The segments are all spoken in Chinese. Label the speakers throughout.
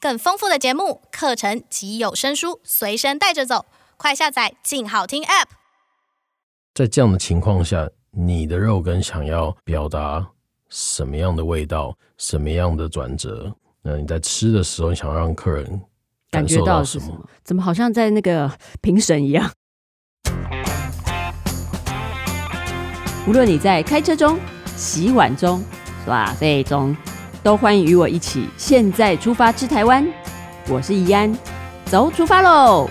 Speaker 1: 更丰富的节目、课程及有声书随身带着走，快下载“静好听 ”App。
Speaker 2: 在这样的情况下，你的肉根想要表达什么样的味道，什么样的转折？那你在吃的时候，你想要让客人
Speaker 3: 感觉
Speaker 2: 受
Speaker 3: 到
Speaker 2: 到
Speaker 3: 的是
Speaker 2: 什么？？
Speaker 3: 怎么好像在那个评审一样？无论你在开车中、洗碗中、耍废中，都欢迎与我一起现在出发吃台湾。我是怡安，走，出发喽！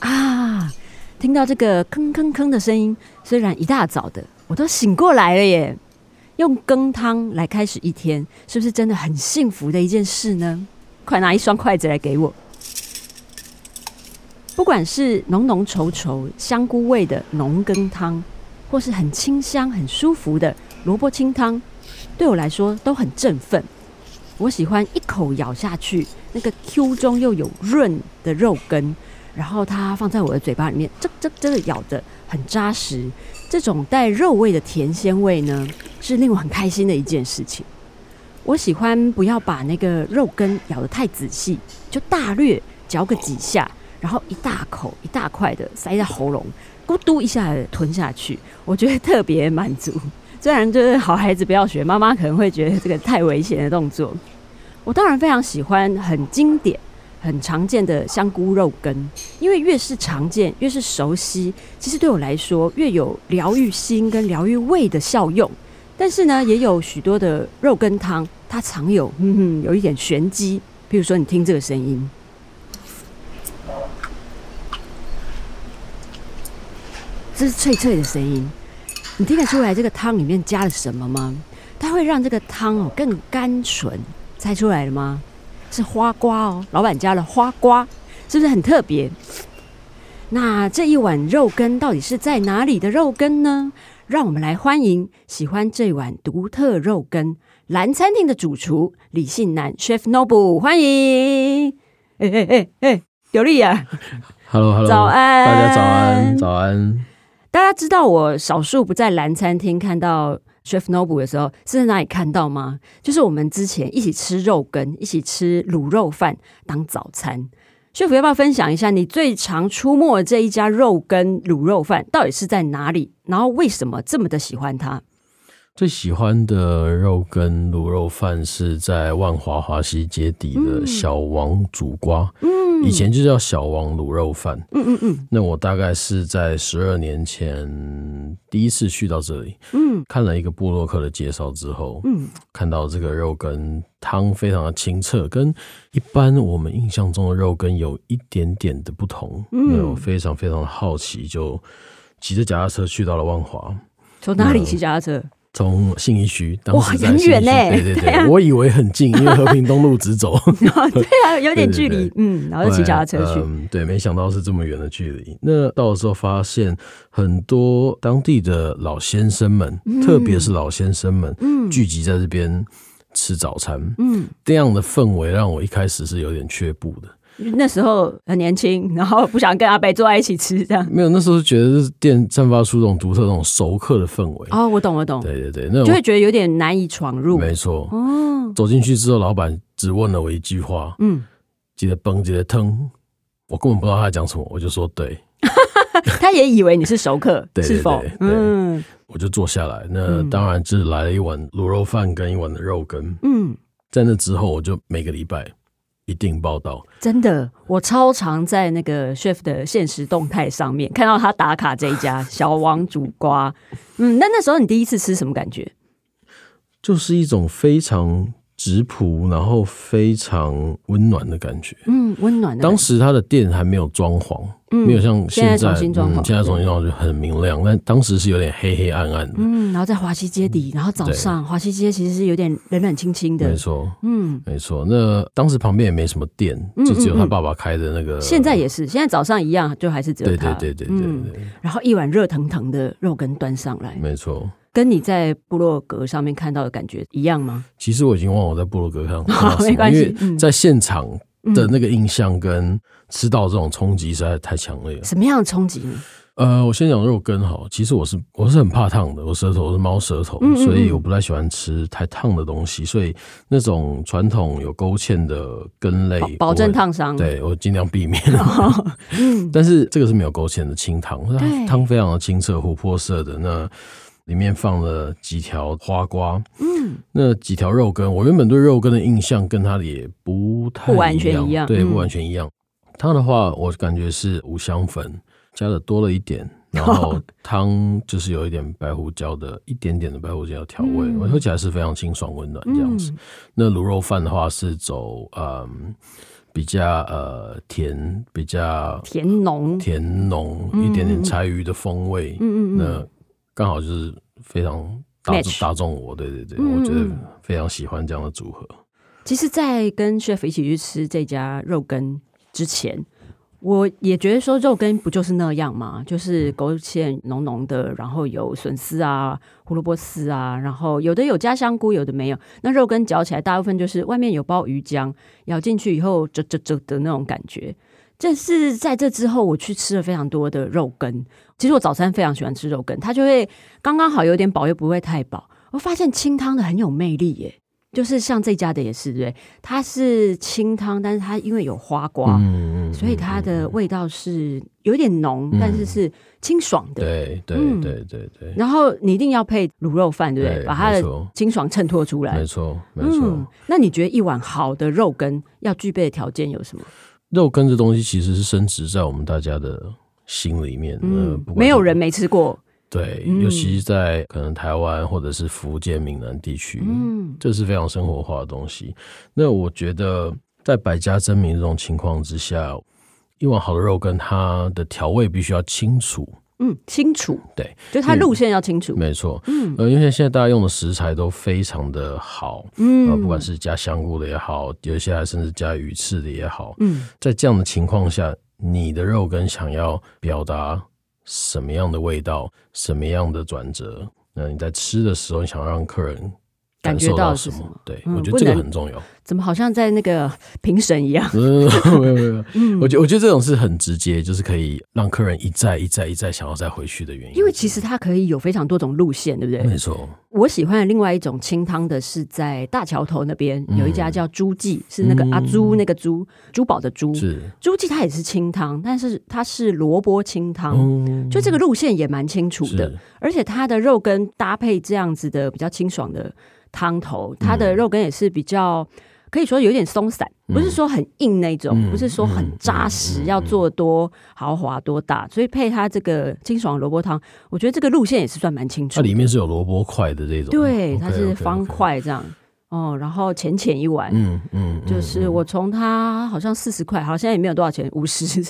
Speaker 3: 啊，听到这个吭吭吭的声音，虽然一大早的我都醒过来了耶。用羹汤来开始一天，是不是真的很幸福的一件事呢？快拿一双筷子来给我。不管是浓浓稠稠香菇味的浓羹汤，或是很清香、很舒服的萝卜清汤，对我来说都很振奋。我喜欢一口咬下去，那个 Q 中又有润的肉根，然后它放在我的嘴巴里面，这这这咬着很扎实。这种带肉味的甜鲜味呢，是令我很开心的一件事情。我喜欢不要把那个肉根咬得太仔细，就大略嚼个几下，然后一大口一大块的塞在喉咙，咕嘟一下地吞下去，我觉得特别满足。虽然就是好孩子不要学，妈妈可能会觉得这个太危险的动作。我当然非常喜欢很经典、很常见的香菇肉羹，因为越是常见，越是熟悉，其实对我来说越有疗愈心跟疗愈胃的效用。但是呢，也有许多的肉羹汤，它常有 嗯有一点玄机。比如说，你听这个声音，这是脆脆的声音，你听得出来这个汤里面加了什么吗？它会让这个汤哦更甘醇，猜出来了吗？是花瓜哦，老板加了花瓜，是不是很特别？那这一碗肉羹到底是在哪里的肉羹呢？让我们来欢迎喜欢这碗独特肉羹蓝餐厅的主厨李信南 Chef Nobu，欢迎！ 哎哎哎哎，刘丽啊，
Speaker 2: Hello Hello，
Speaker 3: 早安
Speaker 2: 大家早安，早安。
Speaker 3: 大家知道我少数不在蓝餐厅看到 Chef Nobu 的时候是在哪里看到吗？就是我们之前一起吃肉羹，一起吃卤肉饭当早餐。Chef 要不要分享一下你最常出没的这一家肉羹卤肉饭到底是在哪里？然后为什么这么的喜欢它？
Speaker 2: 最喜欢的肉跟卤肉饭是在万华华西街底
Speaker 3: 嗯
Speaker 2: 的小王煮瓜，嗯，以前就叫小王卤肉饭。
Speaker 3: 嗯嗯嗯
Speaker 2: 那我大概是在十二年前第一次去到这里，
Speaker 3: 嗯
Speaker 2: 看了一个布洛克的介绍之后，
Speaker 3: 嗯，
Speaker 2: 看到这个肉羹汤非常的清澈，跟一般我们印象中的肉羹有一点点的不同。
Speaker 3: 嗯
Speaker 2: 那我非常非常的好奇，就骑着脚踏车去到了万华。
Speaker 3: 从哪里骑脚踏车？
Speaker 2: 从信义区，当
Speaker 3: 哇
Speaker 2: 时在
Speaker 3: 很
Speaker 2: 信义
Speaker 3: 远
Speaker 2: 区
Speaker 3: 欸
Speaker 2: 对对对，
Speaker 3: 对啊
Speaker 2: 我以为很近，因为和平东路直 走，
Speaker 3: 对啊，有点距离
Speaker 2: 嗯对对对。
Speaker 3: 嗯，然后就骑脚踏车去。
Speaker 2: 嗯， 对，没想到是这么远的距离。那到的时候发现，很多当地的老先生们，特别是老先生们，
Speaker 3: 嗯
Speaker 2: 聚集在这边吃早餐，
Speaker 3: 嗯，
Speaker 2: 这样的氛围让我一开始是有点却步的。
Speaker 3: 那时候很年轻，然后不想跟阿北坐在一起吃这样。
Speaker 2: 没有，那时候觉得是店散发出这种独特、这种熟客的氛围。
Speaker 3: 哦，我懂，我懂。
Speaker 2: 对对对，那
Speaker 3: 就会
Speaker 2: 种
Speaker 3: 觉得有点难以闯入。
Speaker 2: 没错。
Speaker 3: 哦，
Speaker 2: 走进去之后，老板只问了我一句话
Speaker 3: 嗯，：“
Speaker 2: 记得崩，记得疼。”我根本不知道他在讲什么，我就说对。
Speaker 3: 他也以为你是熟 客，
Speaker 2: 对对
Speaker 3: 是否
Speaker 2: 对？对
Speaker 3: 嗯
Speaker 2: 我就坐下来，那
Speaker 3: 嗯
Speaker 2: 当然就是来了一碗卤肉饭跟一碗的肉羹。
Speaker 3: 嗯，
Speaker 2: 在那之后，我就每个礼拜一定报道，
Speaker 3: 真的，我超常在那个 chef 的现实动态上面看到他打卡这一家小王煮瓜。嗯，那那时候你第一次吃什么感觉？
Speaker 2: 就是一种非常质朴，然后非常温暖的感觉。
Speaker 3: 嗯，温暖的感觉。
Speaker 2: 当时他的店还没有装潢，
Speaker 3: 嗯
Speaker 2: 没有像
Speaker 3: 现在
Speaker 2: 现
Speaker 3: 重新装潢
Speaker 2: 嗯现在重新装潢就很明亮，但当时是有点黑黑暗暗的。
Speaker 3: 嗯，然后在华西街底，然后早上华西街其实是有点冷冷清清
Speaker 2: 没
Speaker 3: 的。
Speaker 2: 错，
Speaker 3: 嗯，
Speaker 2: 没错。那当时旁边也没什么店，
Speaker 3: 嗯
Speaker 2: 就只有
Speaker 3: 嗯
Speaker 2: 他
Speaker 3: 嗯
Speaker 2: 爸爸开的那个。
Speaker 3: 现在也是，现在早上一样，就还是只有
Speaker 2: 对
Speaker 3: 他
Speaker 2: 对。对对对
Speaker 3: 嗯
Speaker 2: 对，
Speaker 3: 然后一碗热腾腾的肉羹端上来，
Speaker 2: 没错。
Speaker 3: 跟你在部落格上面看到的感觉一样吗？
Speaker 2: 其实我已经忘了我在部落格上看到什么
Speaker 3: 没关系嗯
Speaker 2: 因为在现场的那个印象跟吃到这种冲击实在太强烈了。
Speaker 3: 什么样的冲击呢？
Speaker 2: 呃，我先讲肉羹好，其实我是我是很怕烫的，我舌头我是猫舌头，
Speaker 3: 嗯嗯嗯
Speaker 2: 所以我不太喜欢吃太烫的东西，所以那种传统有勾芡的羹类
Speaker 3: 保，保证
Speaker 2: 我会
Speaker 3: 烫伤。，
Speaker 2: 对我尽量避免。
Speaker 3: 嗯，
Speaker 2: 但是这个是没有勾芡的清汤，
Speaker 3: 对
Speaker 2: 它汤非常的清澈，琥珀色的。那里面放了几条花瓜，嗯，那几条肉羹。我原本对肉羹的印象跟它的也不太
Speaker 3: 不完全一样
Speaker 2: 对，
Speaker 3: 嗯
Speaker 2: 不完全一样。它的话，我感觉是五香粉加的多了一点，然 后汤就是有一点白胡椒的，一点点的白胡椒调味，
Speaker 3: 嗯
Speaker 2: 我喝起来是非常清爽温暖这样子。那卤肉饭的话是走嗯比较呃甜，比较
Speaker 3: 甜浓。
Speaker 2: 甜浓，
Speaker 3: 嗯
Speaker 2: 一点点柴鱼的风味，
Speaker 3: 嗯嗯嗯，
Speaker 2: 那刚好就是非常打
Speaker 3: Match
Speaker 2: 打中我，对对对，
Speaker 3: 嗯嗯
Speaker 2: 我觉得
Speaker 3: 嗯
Speaker 2: 非常喜欢这样的组合。
Speaker 3: 其实，在跟 chef 一起去吃这家肉羹之前，我也觉得说肉羹不就是那样嘛，就是勾芡浓浓的，然后有笋丝啊、胡萝卜丝啊，然后有的有加香菇，有的没有。那肉羹嚼起来，大部分就是外面有包鱼浆，咬进去以后啧啧啧的那种感觉。这是在这之后，我去吃了非常多的肉羹。其实我早餐非常喜欢吃肉羹，它就会刚刚好有点饱，又不会太饱。我发现清汤的很有魅力耶，就是像这家的也是对不对，它是清汤，但是它因为有花瓜，
Speaker 2: 嗯嗯
Speaker 3: 所以它的味道是有点浓，
Speaker 2: 嗯
Speaker 3: 但是是清爽的。
Speaker 2: 对对
Speaker 3: 嗯
Speaker 2: 对对对，
Speaker 3: 然后你一定要配卤肉饭，对不对？把它
Speaker 2: 没
Speaker 3: 的
Speaker 2: 错
Speaker 3: 清爽衬托出来嗯
Speaker 2: 没。错没错。，
Speaker 3: 那你觉得一碗好的肉羹要具备的条件有什么？
Speaker 2: 肉羹这东西其实是深植在我们大家的心里面，呃
Speaker 3: 嗯
Speaker 2: 不，管
Speaker 3: 没有
Speaker 2: 是
Speaker 3: 人没吃过。
Speaker 2: 对，
Speaker 3: 嗯
Speaker 2: 尤其是在可能台湾或者是福建、闽南地区，
Speaker 3: 嗯
Speaker 2: 这是非常生活化的东西。那我觉得，在百家争鸣这种情况之下，一碗好的肉羹，它的调味必须要清楚。
Speaker 3: 嗯，清楚，
Speaker 2: 对，嗯
Speaker 3: 就它路线要清楚。
Speaker 2: 没错，
Speaker 3: 嗯
Speaker 2: 呃，因为现在大家用的食材都非常的好，呃，
Speaker 3: 嗯
Speaker 2: 不管是加香菇的也好，有一些还甚至加鱼翅的也好，
Speaker 3: 嗯
Speaker 2: 在这样的情况下，你的肉羹想要表达什么样的味道，什么样的转折？那你在吃的时候，你想让客人
Speaker 3: 感觉
Speaker 2: 受
Speaker 3: 到
Speaker 2: 到
Speaker 3: 的是
Speaker 2: 么？
Speaker 3: 什么
Speaker 2: 对、
Speaker 3: 嗯
Speaker 2: 我觉得
Speaker 3: 不
Speaker 2: 这个
Speaker 3: 能
Speaker 2: 很重要。
Speaker 3: 怎么好像在那个评审一样？
Speaker 2: 嗯， 没有没有没有，
Speaker 3: 嗯
Speaker 2: 我觉我觉得这种是很直接，就是可以让客人一再一再一再想要再回去的原因。
Speaker 3: 因为其实它可以有非常多种路线，对不对？
Speaker 2: 没错，
Speaker 3: 我喜欢的另外一种清汤的是在大桥头那边
Speaker 2: 嗯
Speaker 3: 有一家叫朱记，是那个阿朱那个朱珠宝的朱。
Speaker 2: 是
Speaker 3: 朱记它也是清汤，但是它是萝卜清汤，
Speaker 2: 嗯，
Speaker 3: 就这个路线也蛮清楚的。
Speaker 2: 是
Speaker 3: 而且它的肉羹搭配这样子的比较清爽的汤头，它
Speaker 2: 嗯
Speaker 3: 的肉羹也是比较可以说有点松散，不是说很硬那种，
Speaker 2: 嗯
Speaker 3: 不是说很扎
Speaker 2: 嗯
Speaker 3: 实，
Speaker 2: 嗯嗯
Speaker 3: 要做多豪华多大，所以配它这个清爽萝卜汤，我觉得这个路线也是算蛮清楚
Speaker 2: 它
Speaker 3: 的。
Speaker 2: 里面是有萝卜块的这种，
Speaker 3: 对，它
Speaker 2: OK，
Speaker 3: 是
Speaker 2: OK，OK
Speaker 3: 方，块这样哦，然后浅浅一碗。
Speaker 2: 嗯嗯，嗯
Speaker 3: 就是我从它好像四十块，好像也没有多少钱，五十。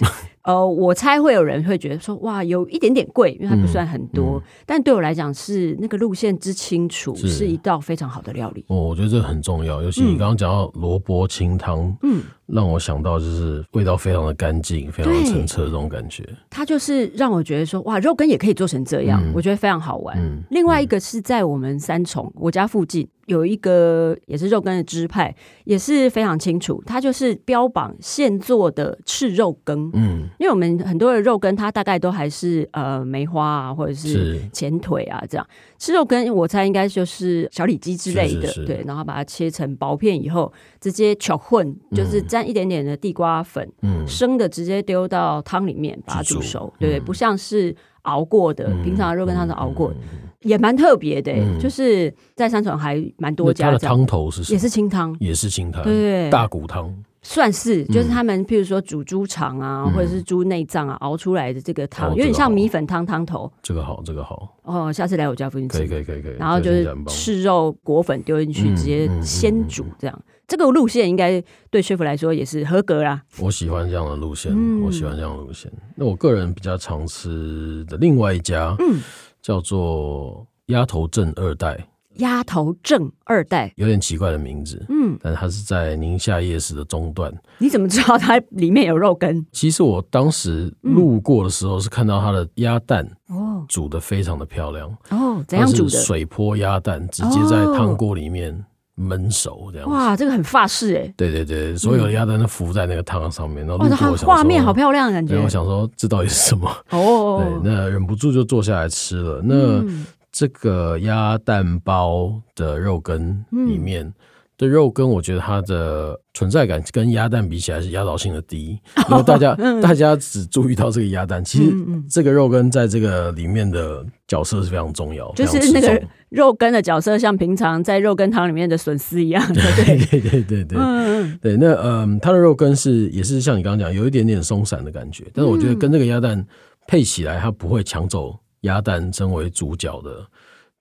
Speaker 3: 呃，我猜会有人会觉得说，哇，有一点点贵，因为它不算很多。但对我来讲，是那个路线之清楚，是
Speaker 2: 嗯是
Speaker 3: 一道非常好的料理。
Speaker 2: 哦，我觉得这个很重要，尤其你刚刚讲到萝卜清汤，
Speaker 3: 嗯，
Speaker 2: 让我想到就是味道非常的干净，非常的澄澈这种感觉。
Speaker 3: 它就是让我觉得说，哇，肉羹也可以做成这样，
Speaker 2: 嗯
Speaker 3: 我觉得非常好玩。
Speaker 2: 嗯，
Speaker 3: 另外一个是在我们三重我家附近有一个也是肉羹的支派，也是非常清楚，它就是标榜现做的赤肉羹。
Speaker 2: 嗯，
Speaker 3: 因为我们很多的肉羹，它大概都还是呃梅花啊，或者是
Speaker 2: 是
Speaker 3: 前腿啊这样。吃肉羹，我猜应该就是小里脊之类的，
Speaker 2: 是是是
Speaker 3: 对，然后把它切成薄片以后，直接搅混，就是沾一点点的地瓜粉，
Speaker 2: 嗯
Speaker 3: 生的直接丢到汤里面把它
Speaker 2: 去
Speaker 3: 煮
Speaker 2: 煮
Speaker 3: 熟，对不对？不像是熬过的，
Speaker 2: 嗯
Speaker 3: 呃平常的肉羹它是熬过的，
Speaker 2: 嗯嗯嗯
Speaker 3: 也蛮特别的、欸
Speaker 2: 嗯
Speaker 3: 就是在三重还蛮多
Speaker 2: 那它
Speaker 3: 家
Speaker 2: 的
Speaker 3: 这样，
Speaker 2: 汤头是什么
Speaker 3: 也是清汤，
Speaker 2: 也是清汤，
Speaker 3: 对对对
Speaker 2: 大骨汤，
Speaker 3: 算是，就是
Speaker 2: 嗯
Speaker 3: 他们譬如说煮猪肠啊，
Speaker 2: 嗯
Speaker 3: 或者是猪内脏啊，熬出来的这个汤，
Speaker 2: 哦
Speaker 3: 有点
Speaker 2: 这个好
Speaker 3: 像米粉汤汤头。
Speaker 2: 这个好，这个好，
Speaker 3: 哦，下次来我家附近
Speaker 2: 可以
Speaker 3: 吃，
Speaker 2: 可以可以可以。
Speaker 3: 然后就
Speaker 2: 这个听起
Speaker 3: 是
Speaker 2: 来很棒
Speaker 3: 赤肉裹粉丢进去，
Speaker 2: 嗯
Speaker 3: 直接先煮这样。这个路线应该对 chef 来说也是合格啊啦。
Speaker 2: 我喜欢这样的路线，
Speaker 3: 嗯
Speaker 2: 我喜欢这样的路线。那我个人比较常吃的另外一家，
Speaker 3: 嗯
Speaker 2: 叫做鸭头镇二代，
Speaker 3: 鸭头正二代，
Speaker 2: 有点奇怪的名字，
Speaker 3: 嗯，
Speaker 2: 但它是在宁夏夜市的中段。
Speaker 3: 你怎么知道它里面有肉羹？
Speaker 2: 其实我当时
Speaker 3: 嗯
Speaker 2: 路过的时候是看到它的鸭蛋
Speaker 3: 哦
Speaker 2: 煮的非常的漂亮，
Speaker 3: 哦，怎样煮
Speaker 2: 它
Speaker 3: 的哦
Speaker 2: 是？水波鸭蛋，直接在汤锅里面焖熟这样子。
Speaker 3: 哇，这个很法式哎，
Speaker 2: 对对对，所有的鸭蛋都浮在那个汤上面，然后
Speaker 3: 哇，
Speaker 2: 路
Speaker 3: 这
Speaker 2: 过
Speaker 3: 好
Speaker 2: 我想
Speaker 3: 画面
Speaker 2: 说
Speaker 3: 好漂亮的感觉
Speaker 2: 对，我想说这到底是什么？对，
Speaker 3: 哦，
Speaker 2: 那忍不住就坐下来吃了。那、
Speaker 3: 嗯
Speaker 2: 这个鸭蛋包的肉羹里面。
Speaker 3: 嗯
Speaker 2: 的肉羹，我觉得它的存在感跟鸭蛋比起来是压倒性的 低。然后大家、大家只注意到这个鸭蛋，其实
Speaker 3: 嗯嗯
Speaker 2: 这个肉羹在这个里面的角色是非常重要，
Speaker 3: 就
Speaker 2: 非常
Speaker 3: 是那
Speaker 2: 吃
Speaker 3: 个
Speaker 2: 重
Speaker 3: 肉羹的角色，像平常在肉羹汤里面的笋丝一样， 对，
Speaker 2: 对对对对对。
Speaker 3: 嗯嗯
Speaker 2: 对，那嗯，它的肉羹是也是像你刚刚讲，有一点点松散的感觉，但是我觉
Speaker 3: 嗯
Speaker 2: 得跟这个鸭蛋配起来，它不会抢走鸭蛋身为主角的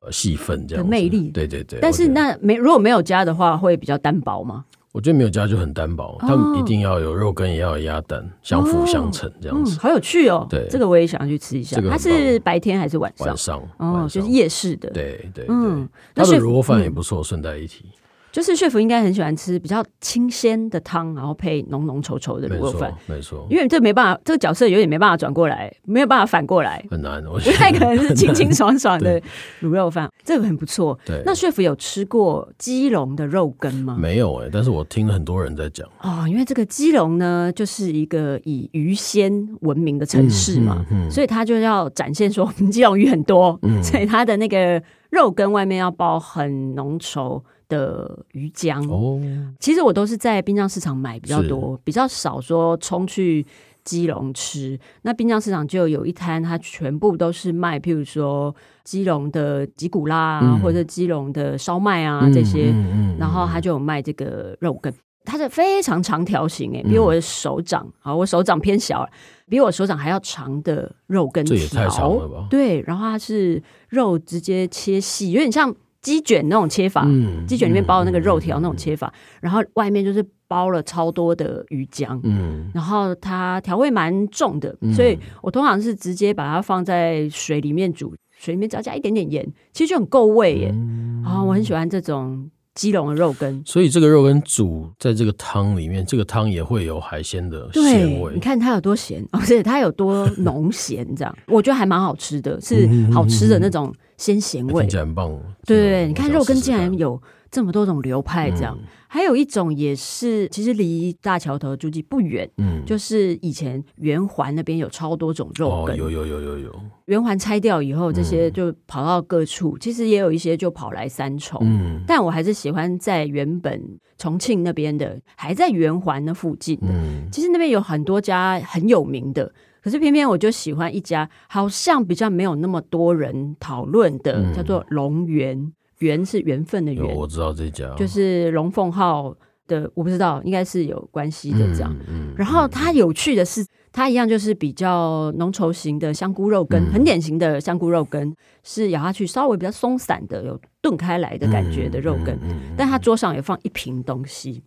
Speaker 2: 呃戏份这样子
Speaker 3: 的魅力
Speaker 2: 对对对，
Speaker 3: 但
Speaker 2: 我
Speaker 3: 是
Speaker 2: 觉得
Speaker 3: 那没如果没有加的话，会比较单薄嘛。
Speaker 2: 我觉得没有加就很单
Speaker 3: 哦
Speaker 2: 薄，他们一定要有肉羹，也要有鸭蛋，相辅相成这样
Speaker 3: 嗯，
Speaker 2: 子。
Speaker 3: 好有趣哦。
Speaker 2: 对
Speaker 3: 这个我也想要去吃一下
Speaker 2: 这。个
Speaker 3: 它
Speaker 2: 很
Speaker 3: 是
Speaker 2: 棒
Speaker 3: 白天还是晚上
Speaker 2: 晚？上，
Speaker 3: 哦，
Speaker 2: 晚
Speaker 3: 就
Speaker 2: 上
Speaker 3: 是夜市的。，
Speaker 2: 对对对，
Speaker 3: 嗯那
Speaker 2: 它的
Speaker 3: 所以嗯
Speaker 2: 卤肉饭也不错，顺带一提，
Speaker 3: 就是血府应该很喜欢吃比较清鲜的汤，然后配浓浓稠稠的
Speaker 2: 没
Speaker 3: 卤肉饭
Speaker 2: 错。没错，
Speaker 3: 因为这没办法，这个角色有点没办法转过来，没有办法反过来，
Speaker 2: 很难，我
Speaker 3: 不
Speaker 2: 觉
Speaker 3: 太
Speaker 2: 得
Speaker 3: 可能是清清爽爽 的
Speaker 2: 对
Speaker 3: 卤肉饭，这个很不错。
Speaker 2: 对
Speaker 3: 那血府有吃过基隆的肉羹吗？
Speaker 2: 没有哎，但是我听了很多人在讲
Speaker 3: 哦，因为这个基隆呢，就是一个以鱼鲜闻名的城市嘛，，
Speaker 2: 嗯嗯嗯
Speaker 3: 所以它就要展现说我们基隆鱼很多，
Speaker 2: 嗯
Speaker 3: 所以它的那个肉羹外面要包很浓稠的鱼浆。
Speaker 2: 哦。
Speaker 3: 其实我都是在滨江市场买比较
Speaker 2: 是
Speaker 3: 多，比较少说冲去基隆吃。那滨江市场就有一摊，它全部都是卖，譬如说基隆的吉古拉、啊
Speaker 2: 嗯
Speaker 3: 或者基隆的烧麦啊、这些。
Speaker 2: 嗯
Speaker 3: 然后他就有卖这个肉羹，它是非常长条形，哎，比
Speaker 2: 嗯
Speaker 3: 我的手掌，好，我手掌偏小，比我手掌还要长的肉羹
Speaker 2: 这也太长
Speaker 3: 条
Speaker 2: 了，吧？
Speaker 3: 对，然后它是肉直接切细，有点像鸡卷那种切法，
Speaker 2: 嗯
Speaker 3: 鸡卷里面包的那个肉条那种，切法，然后外面就是包了超多的鱼浆，
Speaker 2: 嗯，
Speaker 3: 然后它调味蛮重的，
Speaker 2: 嗯
Speaker 3: 所以我通常是直接把它放在水里面煮，水里面只要加一点点盐，其实就很够味耶。
Speaker 2: 嗯
Speaker 3: 啊、我很喜欢这种基隆的肉羹。
Speaker 2: 所以这个肉跟煮在这个汤里面，这个汤也会有海鲜的鲜
Speaker 3: 对，
Speaker 2: 味
Speaker 3: 你。看它有多咸， 而且它有多浓咸，这样 我觉得还蛮好吃的，是
Speaker 2: 嗯
Speaker 3: 好吃的那种鲜咸味
Speaker 2: 听。起来很棒，
Speaker 3: 对
Speaker 2: 真的
Speaker 3: 你看肉羹竟然，有这么多种流派，这
Speaker 2: 嗯
Speaker 3: 样、还有一种也是，其实离大桥头诸暨不远，
Speaker 2: 嗯，
Speaker 3: 就是以前圆环那边有超多种肉
Speaker 2: 哦，
Speaker 3: 羹，
Speaker 2: 有有有有有，
Speaker 3: 圆环拆掉以后，这些
Speaker 2: 嗯
Speaker 3: 就跑到各处，其实也有一些就跑来三重。
Speaker 2: 嗯
Speaker 3: 但我还是喜欢在原本重庆那边的，还在圆环那附近的。
Speaker 2: 嗯，
Speaker 3: 其实那边有很多家很有名的，可是偏偏我就喜欢一家，好像比较没有那么多人讨论的，
Speaker 2: 嗯
Speaker 3: 叫做龙源。源是缘分的
Speaker 2: 有
Speaker 3: 缘，
Speaker 2: 我知道这家，
Speaker 3: 就是龙凤号的，我不知道，应该是有关系的这样。
Speaker 2: 嗯
Speaker 3: 然后它有趣的是，它一样就是比较浓稠型的香菇肉羹，
Speaker 2: 嗯
Speaker 3: 很典型的香菇肉羹，是咬下去稍微比较松散的，有炖开来的感觉的肉
Speaker 2: 嗯
Speaker 3: 羹。但它桌上也放一瓶东西，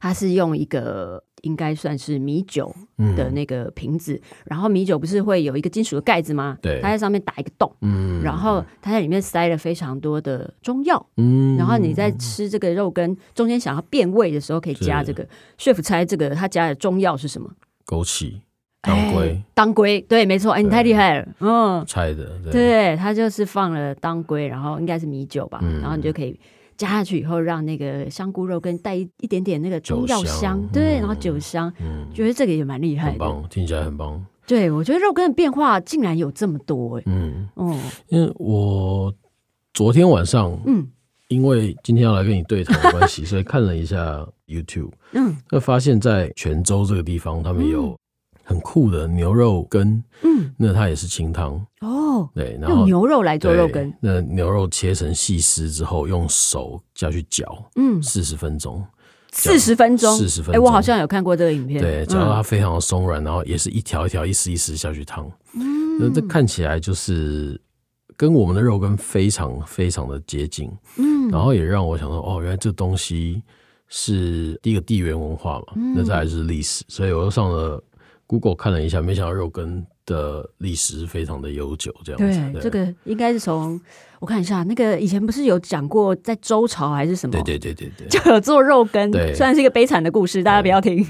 Speaker 3: 它是用一个应该算是米酒
Speaker 2: 嗯
Speaker 3: 的那个瓶子，然后米酒不是会有一个金属的盖子吗？
Speaker 2: 对
Speaker 3: 它在上面打一个洞，
Speaker 2: 嗯
Speaker 3: 然后它在里面塞了非常多的中药，
Speaker 2: 嗯
Speaker 3: 然后你在吃这个肉羹中间想要变味的时候，可以加这个。血府猜这个他加的中药是什么？
Speaker 2: 枸杞、当归
Speaker 3: 哎当归，对，没错，哎，你
Speaker 2: 对
Speaker 3: 太厉害了，嗯，
Speaker 2: 拆的，对，
Speaker 3: 对，他就是放了当归，然后应该是米酒吧，
Speaker 2: 嗯
Speaker 3: 然后你就可以。加下去以后，让那个香菇肉羹带一一点点那个中药
Speaker 2: 酒香嗯
Speaker 3: 对，然后酒香，
Speaker 2: 嗯，
Speaker 3: 觉得这个也蛮厉害
Speaker 2: 很
Speaker 3: 的。
Speaker 2: 棒，听起来很棒，
Speaker 3: 对，我觉得肉羹的变化竟然有这么多、哎，
Speaker 2: 嗯。
Speaker 3: 哦，
Speaker 2: 因为我昨天晚上，
Speaker 3: 嗯
Speaker 2: 因为今天要来跟你对谈的关 系，所以看了一下 YouTube，
Speaker 3: 嗯
Speaker 2: 那发现在泉州这个地方，他们有很酷的牛肉羹，
Speaker 3: 嗯，
Speaker 2: 那它也是清汤，
Speaker 3: 哦，
Speaker 2: 对，然
Speaker 3: 用
Speaker 2: 后
Speaker 3: 牛肉来做肉羹
Speaker 2: 对，那牛肉切成细丝之后，用手下去搅
Speaker 3: 嗯，
Speaker 2: 四十分钟，
Speaker 3: 四十分钟，
Speaker 2: 40分
Speaker 3: 哎，我好
Speaker 2: 钟
Speaker 3: 像有看过这个影片，
Speaker 2: 对，搅到
Speaker 3: 嗯
Speaker 2: 它非常的松软，然后也是一条一条、一丝一丝下去烫，
Speaker 3: 嗯
Speaker 2: 那这看起来就是跟我们的肉羹非常非常的接近。
Speaker 3: 嗯
Speaker 2: 然后也让我想说，哦，原来这东西是第一个
Speaker 3: 嗯
Speaker 2: 地缘文化嘛，那再来就是历史，所以我又上了 Google 看了一下，没想到肉羹的历史是非常的悠久，这样子。
Speaker 3: 对，这个应该是从我看一下，那个以前不是有讲过，在周朝还是什么，
Speaker 2: 对对对对 对，
Speaker 3: 就有做肉羹，
Speaker 2: 对
Speaker 3: 虽然是一个悲惨的故事，大家不 要听，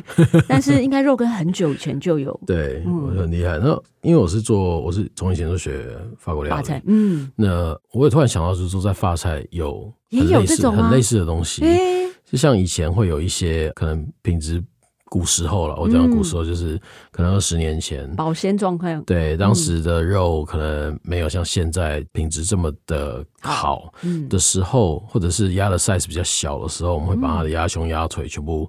Speaker 3: 但是应该肉羹很久以前就有
Speaker 2: 对，
Speaker 3: 嗯
Speaker 2: 我觉得很厉害。那因为我是做，我是从以前就学法国料
Speaker 3: 发
Speaker 2: 理，
Speaker 3: 菜，嗯，
Speaker 2: 那我也突然想到，就是说在发菜有
Speaker 3: 也
Speaker 2: 很
Speaker 3: 有
Speaker 2: 类
Speaker 3: 这
Speaker 2: 似
Speaker 3: 种吗
Speaker 2: 很类似的东西，
Speaker 3: 诶，
Speaker 2: 就像以前会有一些可能品质古时候了，我讲古时候
Speaker 3: 嗯
Speaker 2: 就是可能二十年前，
Speaker 3: 保鲜状况，
Speaker 2: 对当
Speaker 3: 嗯
Speaker 2: 时的肉可能没有像现在品质这么的好
Speaker 3: 嗯，
Speaker 2: 的时候，或者是鸭的 size 比较小的时候，我们会把它
Speaker 3: 嗯
Speaker 2: 的鸭胸、鸭腿全部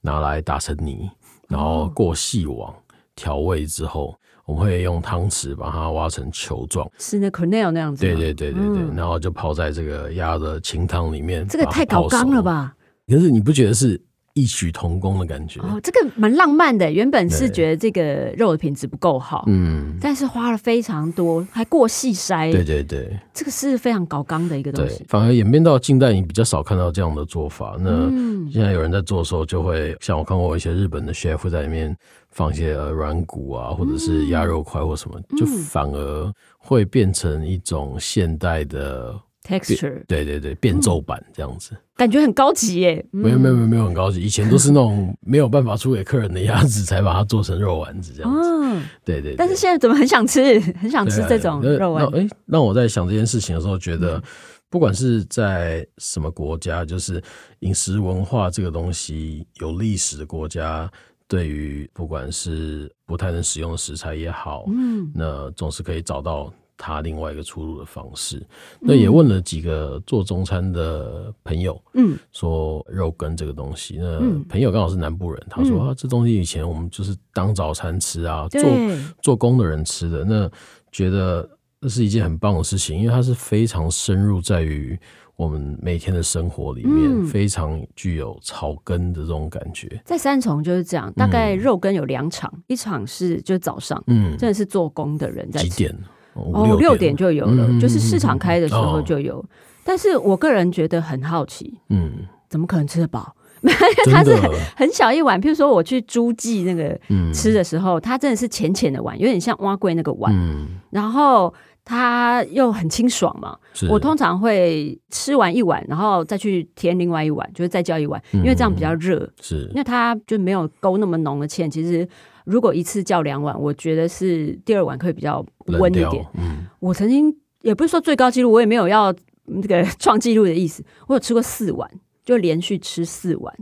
Speaker 2: 拿来打成泥，然
Speaker 3: 哦
Speaker 2: 后过细网调味之后，我们会用汤匙把它挖成球状。
Speaker 3: 是那 Cornell 那样子，
Speaker 2: 对，对对对对，
Speaker 3: 嗯
Speaker 2: 然后就泡在这个鸭的清汤里面，
Speaker 3: 这个
Speaker 2: 把它
Speaker 3: 太搞
Speaker 2: 泡
Speaker 3: 纲
Speaker 2: 熟
Speaker 3: 了？吧？
Speaker 2: 可是你不觉得是异曲同工的感觉？
Speaker 3: 哦，这个蛮浪漫的，原本是
Speaker 2: 对
Speaker 3: 觉得这个肉的品质不够好，
Speaker 2: 嗯，
Speaker 3: 但是花了非常多，还过细筛，
Speaker 2: 对对对
Speaker 3: 这个是非常搞纲的一个东
Speaker 2: 对
Speaker 3: 西，，
Speaker 2: 反而演变到近代，你比较少看到这样的做法。那
Speaker 3: 嗯，
Speaker 2: 现在有人在做的时候，就会像我看过一些日本的 chef 会在里面放一些呃软骨啊，或者是鸭肉块或什么，
Speaker 3: 嗯
Speaker 2: 就反而会变成一种现代的，
Speaker 3: texture
Speaker 2: 对对对，变奏版这样子。
Speaker 3: 感觉很高级耶，嗯
Speaker 2: 没有没有没有没有很高级，以前都是那种没有办法出给客人的鸭子，才把它做成肉丸子这样子。
Speaker 3: 哦，
Speaker 2: 对对对
Speaker 3: 但是现在怎么很想吃， 很想嗯吃
Speaker 2: 对啊
Speaker 3: 这种
Speaker 2: 对啊
Speaker 3: 肉丸嗯
Speaker 2: 那那哎，让我在想这件事情的时候，觉得不管是在什么国家，就是饮食文化这个东西，有历史的国家，对于不管是不太能使用的食材也好，
Speaker 3: 嗯，
Speaker 2: 那总是可以找到它另外一个出入的方式。
Speaker 3: 嗯
Speaker 2: 那也问了几个做中餐的朋友，
Speaker 3: 嗯，
Speaker 2: 说肉羹这个东西。那
Speaker 3: 嗯
Speaker 2: 朋友刚好是南部人，他说、
Speaker 3: 嗯
Speaker 2: 啊，这东西以前我们就是当早餐吃啊，做
Speaker 3: 对，
Speaker 2: 做工的人吃的。那觉得这是一件很棒的事情，因为它是非常深入在于我们每天的生活里面，
Speaker 3: 嗯
Speaker 2: 非常具有草根的这种感觉。
Speaker 3: 在三重就是这样，大概肉羹有两场，一场是就是早上，
Speaker 2: 嗯，
Speaker 3: 真的是做工的人在
Speaker 2: 几
Speaker 3: 吃，
Speaker 2: 点？
Speaker 3: 哦，
Speaker 2: 五
Speaker 3: 六点就有了，
Speaker 2: 嗯
Speaker 3: 就是市场开的时候
Speaker 2: 哦
Speaker 3: 就有。但是我个人觉得很好奇，
Speaker 2: 嗯，
Speaker 3: 怎么可能吃得饱？它
Speaker 2: 真的
Speaker 3: 是很，很小一碗，譬如说我去诸暨那个
Speaker 2: 嗯，
Speaker 3: 吃的时候，它真的是浅浅的碗，有点像蛙龟那个碗，
Speaker 2: 嗯，
Speaker 3: 然后它又很清爽嘛。
Speaker 2: 是
Speaker 3: 我通常会吃完一碗，然后再去添另外一碗，就是再叫一碗，因为这样比
Speaker 2: 嗯
Speaker 3: 较热。
Speaker 2: 是
Speaker 3: 因为它就没有勾那么浓的芡，其实如果一次叫两碗，我觉得是第二碗可以比较温一
Speaker 2: 冷
Speaker 3: 点
Speaker 2: 掉。，嗯，
Speaker 3: 我曾经也不是说最高纪录，我也没有要嗯这个 创纪录的意思。我有吃过四碗，就连续吃四碗。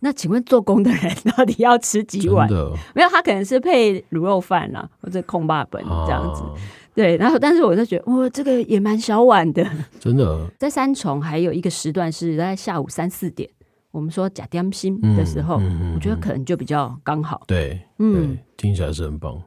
Speaker 3: 那请问做工的人 到底要吃几
Speaker 2: 真
Speaker 3: 碗？
Speaker 2: 的
Speaker 3: 没有，他可能是配卤肉饭啦、或者空霸本这样子。
Speaker 2: 啊
Speaker 3: 对，然后但是我就觉得，哇，这个也蛮小碗的。
Speaker 2: 真的，
Speaker 3: 在三重还有一个时段是在下午三四点，我们说假点心
Speaker 2: 嗯
Speaker 3: 的时候，
Speaker 2: 嗯嗯
Speaker 3: 我觉得
Speaker 2: 嗯
Speaker 3: 可能就比较刚好。
Speaker 2: 对，
Speaker 3: 嗯
Speaker 2: 对，听起来是很棒。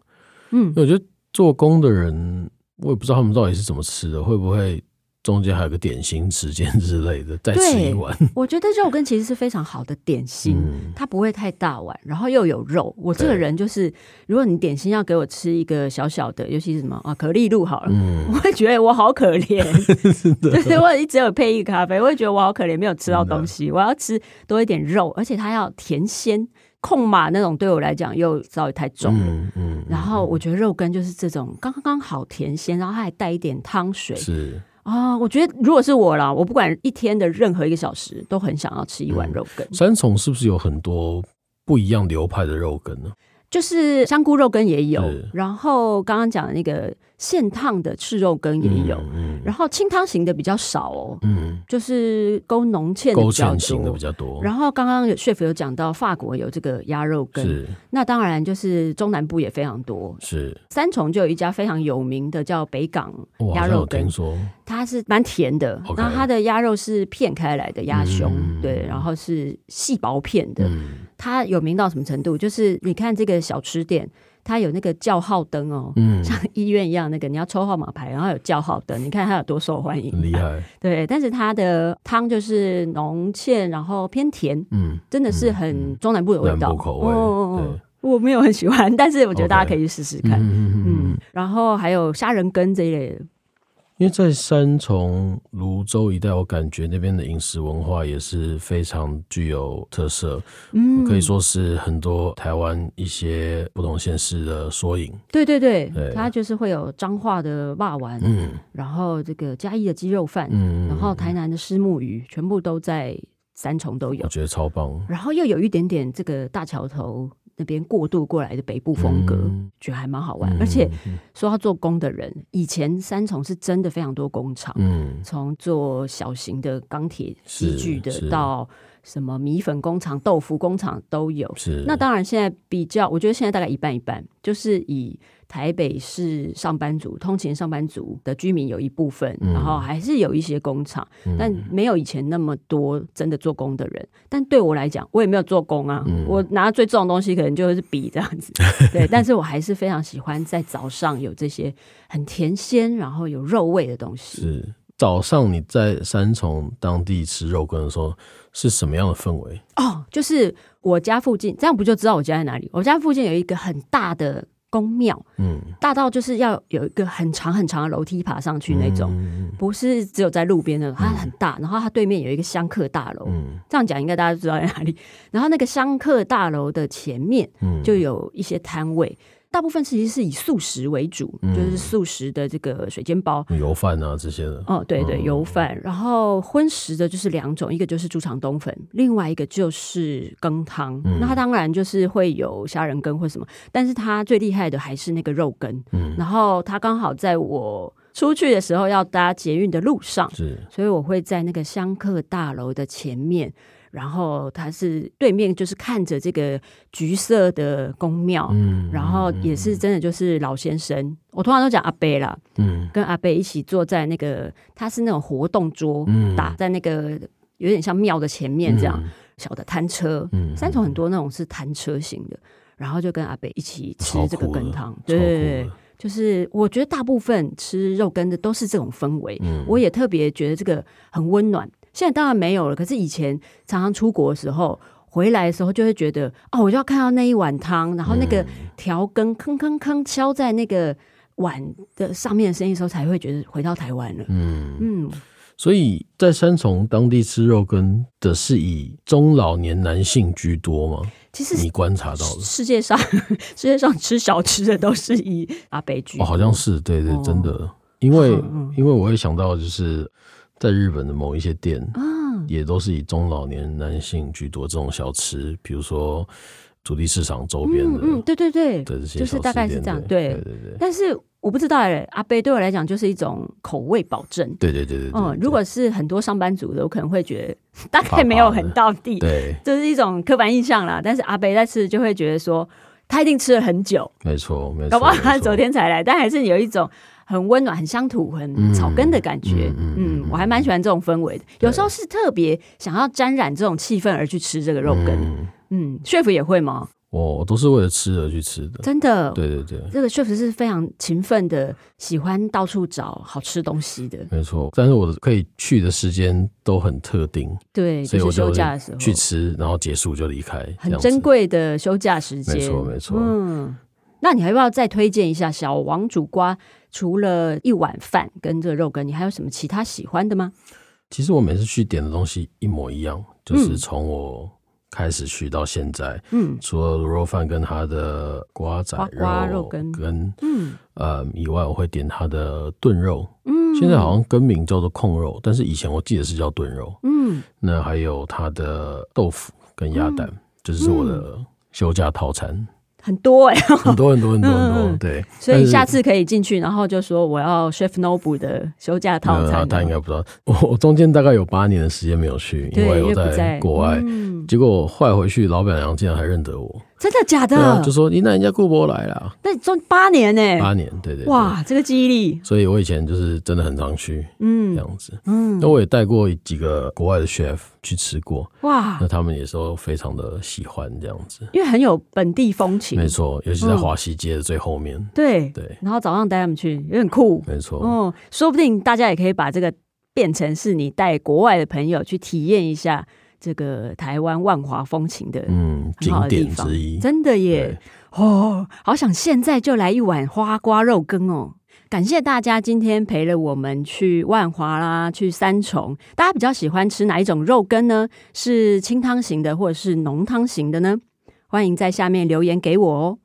Speaker 3: 嗯
Speaker 2: 因，为我觉得做工的人，我也不知道他们到底是怎么吃的，会不会中间还有个点心时间之类的，再吃一碗？
Speaker 3: 我觉得肉羹其实是非常好的点心。
Speaker 2: 嗯，
Speaker 3: 它不会太大碗，然后又有肉。我这个
Speaker 2: 对
Speaker 3: 人就是，如果你点心要给我吃一个小小的，尤其是什么啊可丽露好了，我
Speaker 2: 嗯，
Speaker 3: 会觉得我好 可怜。对，我一直有配一个咖啡，我会觉得我好可怜，没有吃到
Speaker 2: 真的
Speaker 3: 东西。我要吃多一点肉，而且它要甜鲜。控马那种对我来讲又稍微太重了。
Speaker 2: 嗯嗯，
Speaker 3: 然后我觉得肉羹就是这种刚刚好甜鲜，然后它还带一点汤水
Speaker 2: 是
Speaker 3: 啊、我觉得如果是我啦，我不管一天的任何一个小时，都很想要吃一碗
Speaker 2: 嗯
Speaker 3: 肉羹。
Speaker 2: 三重是不是有很多不一样流派的肉羹呢？
Speaker 3: 就是香菇肉羹也有
Speaker 2: 是，
Speaker 3: 然后刚刚讲的那个现烫的赤肉羹也有，
Speaker 2: 嗯
Speaker 3: 然后清汤型的比较少哦，
Speaker 2: 嗯，
Speaker 3: 就是勾浓芡的
Speaker 2: 勾
Speaker 3: 比较
Speaker 2: 芡型的
Speaker 3: 多
Speaker 2: 比。较多，
Speaker 3: 然后刚刚有 chef 有讲到法国有这个鸭肉羹，
Speaker 2: 是
Speaker 3: 那当然就是中南部也非常多。
Speaker 2: 是，
Speaker 3: 三重就有一家非常有名的叫北港
Speaker 2: 我
Speaker 3: 鸭
Speaker 2: 好像
Speaker 3: 肉
Speaker 2: 有
Speaker 3: 羹
Speaker 2: 听，说，
Speaker 3: 它是蛮甜的。
Speaker 2: OK
Speaker 3: 那它的鸭肉是片开来的鸭胸，
Speaker 2: 嗯
Speaker 3: 对，然后是细薄片的，
Speaker 2: 嗯
Speaker 3: 它有名到什么程度？就是你看这个小吃店，它有那个叫号灯哦，
Speaker 2: 嗯，
Speaker 3: 像医院一样，那个你要抽号码牌，然后有叫号灯，你看它有多受欢
Speaker 2: 很厉
Speaker 3: 迎。
Speaker 2: 害，
Speaker 3: 对，但是它的汤就是浓芡，然后偏甜，
Speaker 2: 嗯，
Speaker 3: 真的是很中南部的味道，
Speaker 2: 南部口味
Speaker 3: 哦我没有很喜欢，但是我觉得
Speaker 2: OK 嗯
Speaker 3: 大家可以去试试看。
Speaker 2: 嗯嗯嗯嗯
Speaker 3: 嗯，然后还有虾仁羹这一类的，
Speaker 2: 因为在三重、泸州一带，我感觉那边的饮食文化也是非常具有特色，
Speaker 3: 嗯
Speaker 2: 可以说是很多台湾一些不同县市的缩影。
Speaker 3: 对对对
Speaker 2: 对，
Speaker 3: 它就是会有彰化的霸丸，
Speaker 2: 嗯
Speaker 3: 然后这个嘉义的鸡肉饭，
Speaker 2: 嗯，
Speaker 3: 然后台南的虱目鱼，全部都在三重都有
Speaker 2: 我。觉得超棒，
Speaker 3: 然后又有一点点这个大桥头那边过渡过来的北部风格，
Speaker 2: 嗯
Speaker 3: 觉得还蛮好玩。而且
Speaker 2: 嗯
Speaker 3: 说到做工的人，以前三重是真的非常多工厂，
Speaker 2: 嗯
Speaker 3: 从做小型的钢铁
Speaker 2: 是
Speaker 3: 机具
Speaker 2: 是
Speaker 3: 的到什么米粉工厂、豆腐工厂都有。
Speaker 2: 是
Speaker 3: 那当然，现在比较，我觉得现在大概一半一半，就是以台北市上班族、通勤上班族的居民有一部分，
Speaker 2: 嗯
Speaker 3: 然后还是有一些工厂，
Speaker 2: 嗯
Speaker 3: 但没有以前那么多真的做工的人。但对我来讲，我也没有做工啊，
Speaker 2: 嗯
Speaker 3: 我拿最重的东西可能就是笔这样 子，对。但是我还是非常喜欢在早上有这些很甜鲜，然后有肉味的东西。
Speaker 2: 是早上你在三重当地吃肉羹的时候是什么样的氛围？
Speaker 3: 哦，就是我家附近，这样不就知道我家在哪里？我家附近有一个很大的宫庙。
Speaker 2: 嗯，
Speaker 3: 大到就是要有一个很长很长的楼梯爬上去那种，
Speaker 2: 嗯
Speaker 3: 不是只有在路边的，它很大。然后它对面有一个香客大楼，
Speaker 2: 嗯
Speaker 3: 这样讲应该大家知道在哪里。 然后那个香客大楼的前面
Speaker 2: 嗯，
Speaker 3: 就有一些摊位，大部分其实是以素食为主，
Speaker 2: 嗯
Speaker 3: 就是素食的这个水煎包。
Speaker 2: 油饭啊这些的，
Speaker 3: 哦，对对，
Speaker 2: 嗯
Speaker 3: 油饭，然后荤食的就是两种，一个就是猪肠冬粉，另外一个就是羹汤。
Speaker 2: 嗯
Speaker 3: 那它当然就是会有虾仁羹或什么，但是它最厉害的还是那个肉羹。
Speaker 2: 嗯
Speaker 3: 然后它刚好在我出去的时候要搭捷运的路上，
Speaker 2: 是
Speaker 3: 所以我会在那个香客大楼的前面，然后它是对面就是看着这个橘色的宫庙。
Speaker 2: 嗯
Speaker 3: 哦然后也是真的就是老先生，我通常都讲阿伯啦，
Speaker 2: 嗯
Speaker 3: 跟阿贝一起坐在那个，他是那种活动桌，
Speaker 2: 嗯
Speaker 3: 打在那个有点像庙的前面这样、
Speaker 2: 嗯
Speaker 3: 小的摊车，
Speaker 2: 嗯
Speaker 3: 三重很多那种是摊车型的，然后就跟阿贝一起吃
Speaker 2: 超
Speaker 3: 这个
Speaker 2: 酷的
Speaker 3: 羹汤，
Speaker 2: 超酷的
Speaker 3: 对，就是我觉得大部分吃肉羹的都是这种氛围，
Speaker 2: 嗯
Speaker 3: 我也特别觉得这个很温暖。现在当然没有了，可是以前常常出国的时候。回来的时候就会觉得哦，我就要看到那一碗汤，然后那
Speaker 2: 嗯
Speaker 3: 个调羹吭吭吭敲在那个碗的上面的声音的时候，才会觉得回到台湾了。
Speaker 2: 嗯
Speaker 3: 嗯，
Speaker 2: 所以在三重当地吃肉羹的是以中老年男性居多吗？
Speaker 3: 其实
Speaker 2: 你观察到的
Speaker 3: 世界上世界上吃小吃的都是以阿北居多、
Speaker 2: 哦，好像是对对，
Speaker 3: 哦
Speaker 2: 真的，因为
Speaker 3: 嗯嗯
Speaker 2: 因为我会想到就是在日本的某一些店，
Speaker 3: 啊，
Speaker 2: 也都是以中老年男性居多这种小吃，比如说主力市场周边
Speaker 3: 嗯
Speaker 2: 的
Speaker 3: 嗯，对对对，
Speaker 2: 的这些
Speaker 3: 就
Speaker 2: 小
Speaker 3: 是
Speaker 2: 吃
Speaker 3: 大概是
Speaker 2: 店
Speaker 3: 这样。
Speaker 2: 对
Speaker 3: 对，
Speaker 2: 对对
Speaker 3: 但是我不知道哎，阿北对我来讲就是一种口味保证。
Speaker 2: 对对对对对
Speaker 3: 嗯，
Speaker 2: 对
Speaker 3: 如果是很多上班族的，我可能会觉得大概没有很到 地，
Speaker 2: 对，
Speaker 3: 这是一种刻板印象啦。但是阿北在吃就会觉得说，他一定吃了很久，
Speaker 2: 没错没错，
Speaker 3: 搞不好他
Speaker 2: 没错
Speaker 3: 昨天才来，但还是有一种很温暖、很乡土、很
Speaker 2: 嗯
Speaker 3: 草根的感觉。
Speaker 2: 嗯嗯
Speaker 3: 嗯
Speaker 2: 嗯
Speaker 3: 我还蛮喜欢这种氛围的。有时候是特别想要沾染这种气氛而去吃这个肉羹。
Speaker 2: 嗯
Speaker 3: 嗯，chef 也会吗？
Speaker 2: 我我都是为了吃而去吃的，
Speaker 3: 真的，
Speaker 2: 嗯对对对。
Speaker 3: 这个 chef 是非常勤奋的，喜欢到处找好吃东西的。
Speaker 2: 没错，但是我可以去的时间都很特定，
Speaker 3: 对，
Speaker 2: 所以
Speaker 3: 哎就
Speaker 2: 我
Speaker 3: 是休
Speaker 2: 就
Speaker 3: 假的时候，
Speaker 2: 去吃，然后结束就离开，这
Speaker 3: 很
Speaker 2: 样子
Speaker 3: 珍。贵的休假时间。
Speaker 2: 没错没错
Speaker 3: 嗯，那你还要不要再推荐一下小王煮瓜？除了一碗饭跟这个肉羹，你还有什么其他喜欢的吗？
Speaker 2: 其实我每次去点的东西一模一样，就是
Speaker 3: 嗯
Speaker 2: 从我开始去到现在，
Speaker 3: 嗯
Speaker 2: 除了卤肉饭跟它的瓜仔
Speaker 3: 瓜
Speaker 2: 肉
Speaker 3: 瓜肉羹
Speaker 2: 跟
Speaker 3: 嗯。
Speaker 2: 呃以外，我会点它的炖肉。
Speaker 3: 嗯
Speaker 2: 现在好像更名叫做控肉，但是以前我记得是叫炖肉。
Speaker 3: 嗯
Speaker 2: 那还有它的豆腐跟鸭蛋，这就是我的休假套餐，
Speaker 3: 很多哎、
Speaker 2: 很多很多很多很多。
Speaker 3: 嗯嗯
Speaker 2: 对，
Speaker 3: 所
Speaker 2: 但
Speaker 3: 以
Speaker 2: 是
Speaker 3: 下次可以进去，然后就说我要 Chef Nobu 的休假套
Speaker 2: 呃
Speaker 3: 餐。
Speaker 2: 他应该不知道。我我中间大概有八年的时间没有去，因
Speaker 3: 对
Speaker 2: 为我
Speaker 3: 因为不
Speaker 2: 在
Speaker 3: 在
Speaker 2: 国外。
Speaker 3: 嗯
Speaker 2: 结果我后来回去，老板娘竟然还认得我，
Speaker 3: 真的假
Speaker 2: 对啊，
Speaker 3: 的
Speaker 2: 就？说你那人家顾博来了，
Speaker 3: 那中八年呢、
Speaker 2: 八年，对对对，
Speaker 3: 哇，这个记忆力，
Speaker 2: 所以我以前就是真的很常去这
Speaker 3: 嗯
Speaker 2: 样子。
Speaker 3: 嗯
Speaker 2: 那，我也带过几个国外的 chef 去吃过，
Speaker 3: 哇
Speaker 2: 那，他们也都非常的喜欢这样子。
Speaker 3: 因为很有本地风情
Speaker 2: 没，错，尤其在
Speaker 3: 嗯
Speaker 2: 华西街的最后面，
Speaker 3: 对。
Speaker 2: 对，
Speaker 3: 然后早上带他们去，有点酷
Speaker 2: 没错，
Speaker 3: 哦。说不定大家也可以把这个变成是你带国外的朋友去体验一下这个台湾万华风情的
Speaker 2: 嗯，
Speaker 3: 很
Speaker 2: 景
Speaker 3: 好的地
Speaker 2: 点
Speaker 3: 方
Speaker 2: 之一，
Speaker 3: 真的耶
Speaker 2: 对。
Speaker 3: 哦，好想现在就来一碗花瓜肉羹哦！感谢大家今天陪了我们去万华啦，去三重。大家比较喜欢吃哪一种肉羹呢？是清汤型的，或者是浓汤型的呢？欢迎在下面留言给我哦。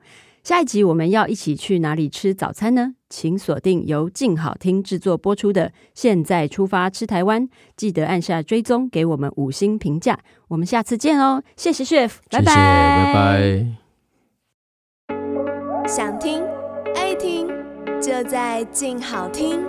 Speaker 3: 下一集我们要一起去哪里吃早餐呢？请锁定由静好听制作播出的《现在出发吃台湾》，记得按下追踪，给我们五星评价。我们下次见哦，谢谢 Chef，拜
Speaker 2: 谢
Speaker 3: 拜，
Speaker 2: 谢，拜拜。
Speaker 4: 想听爱听，就在静好听。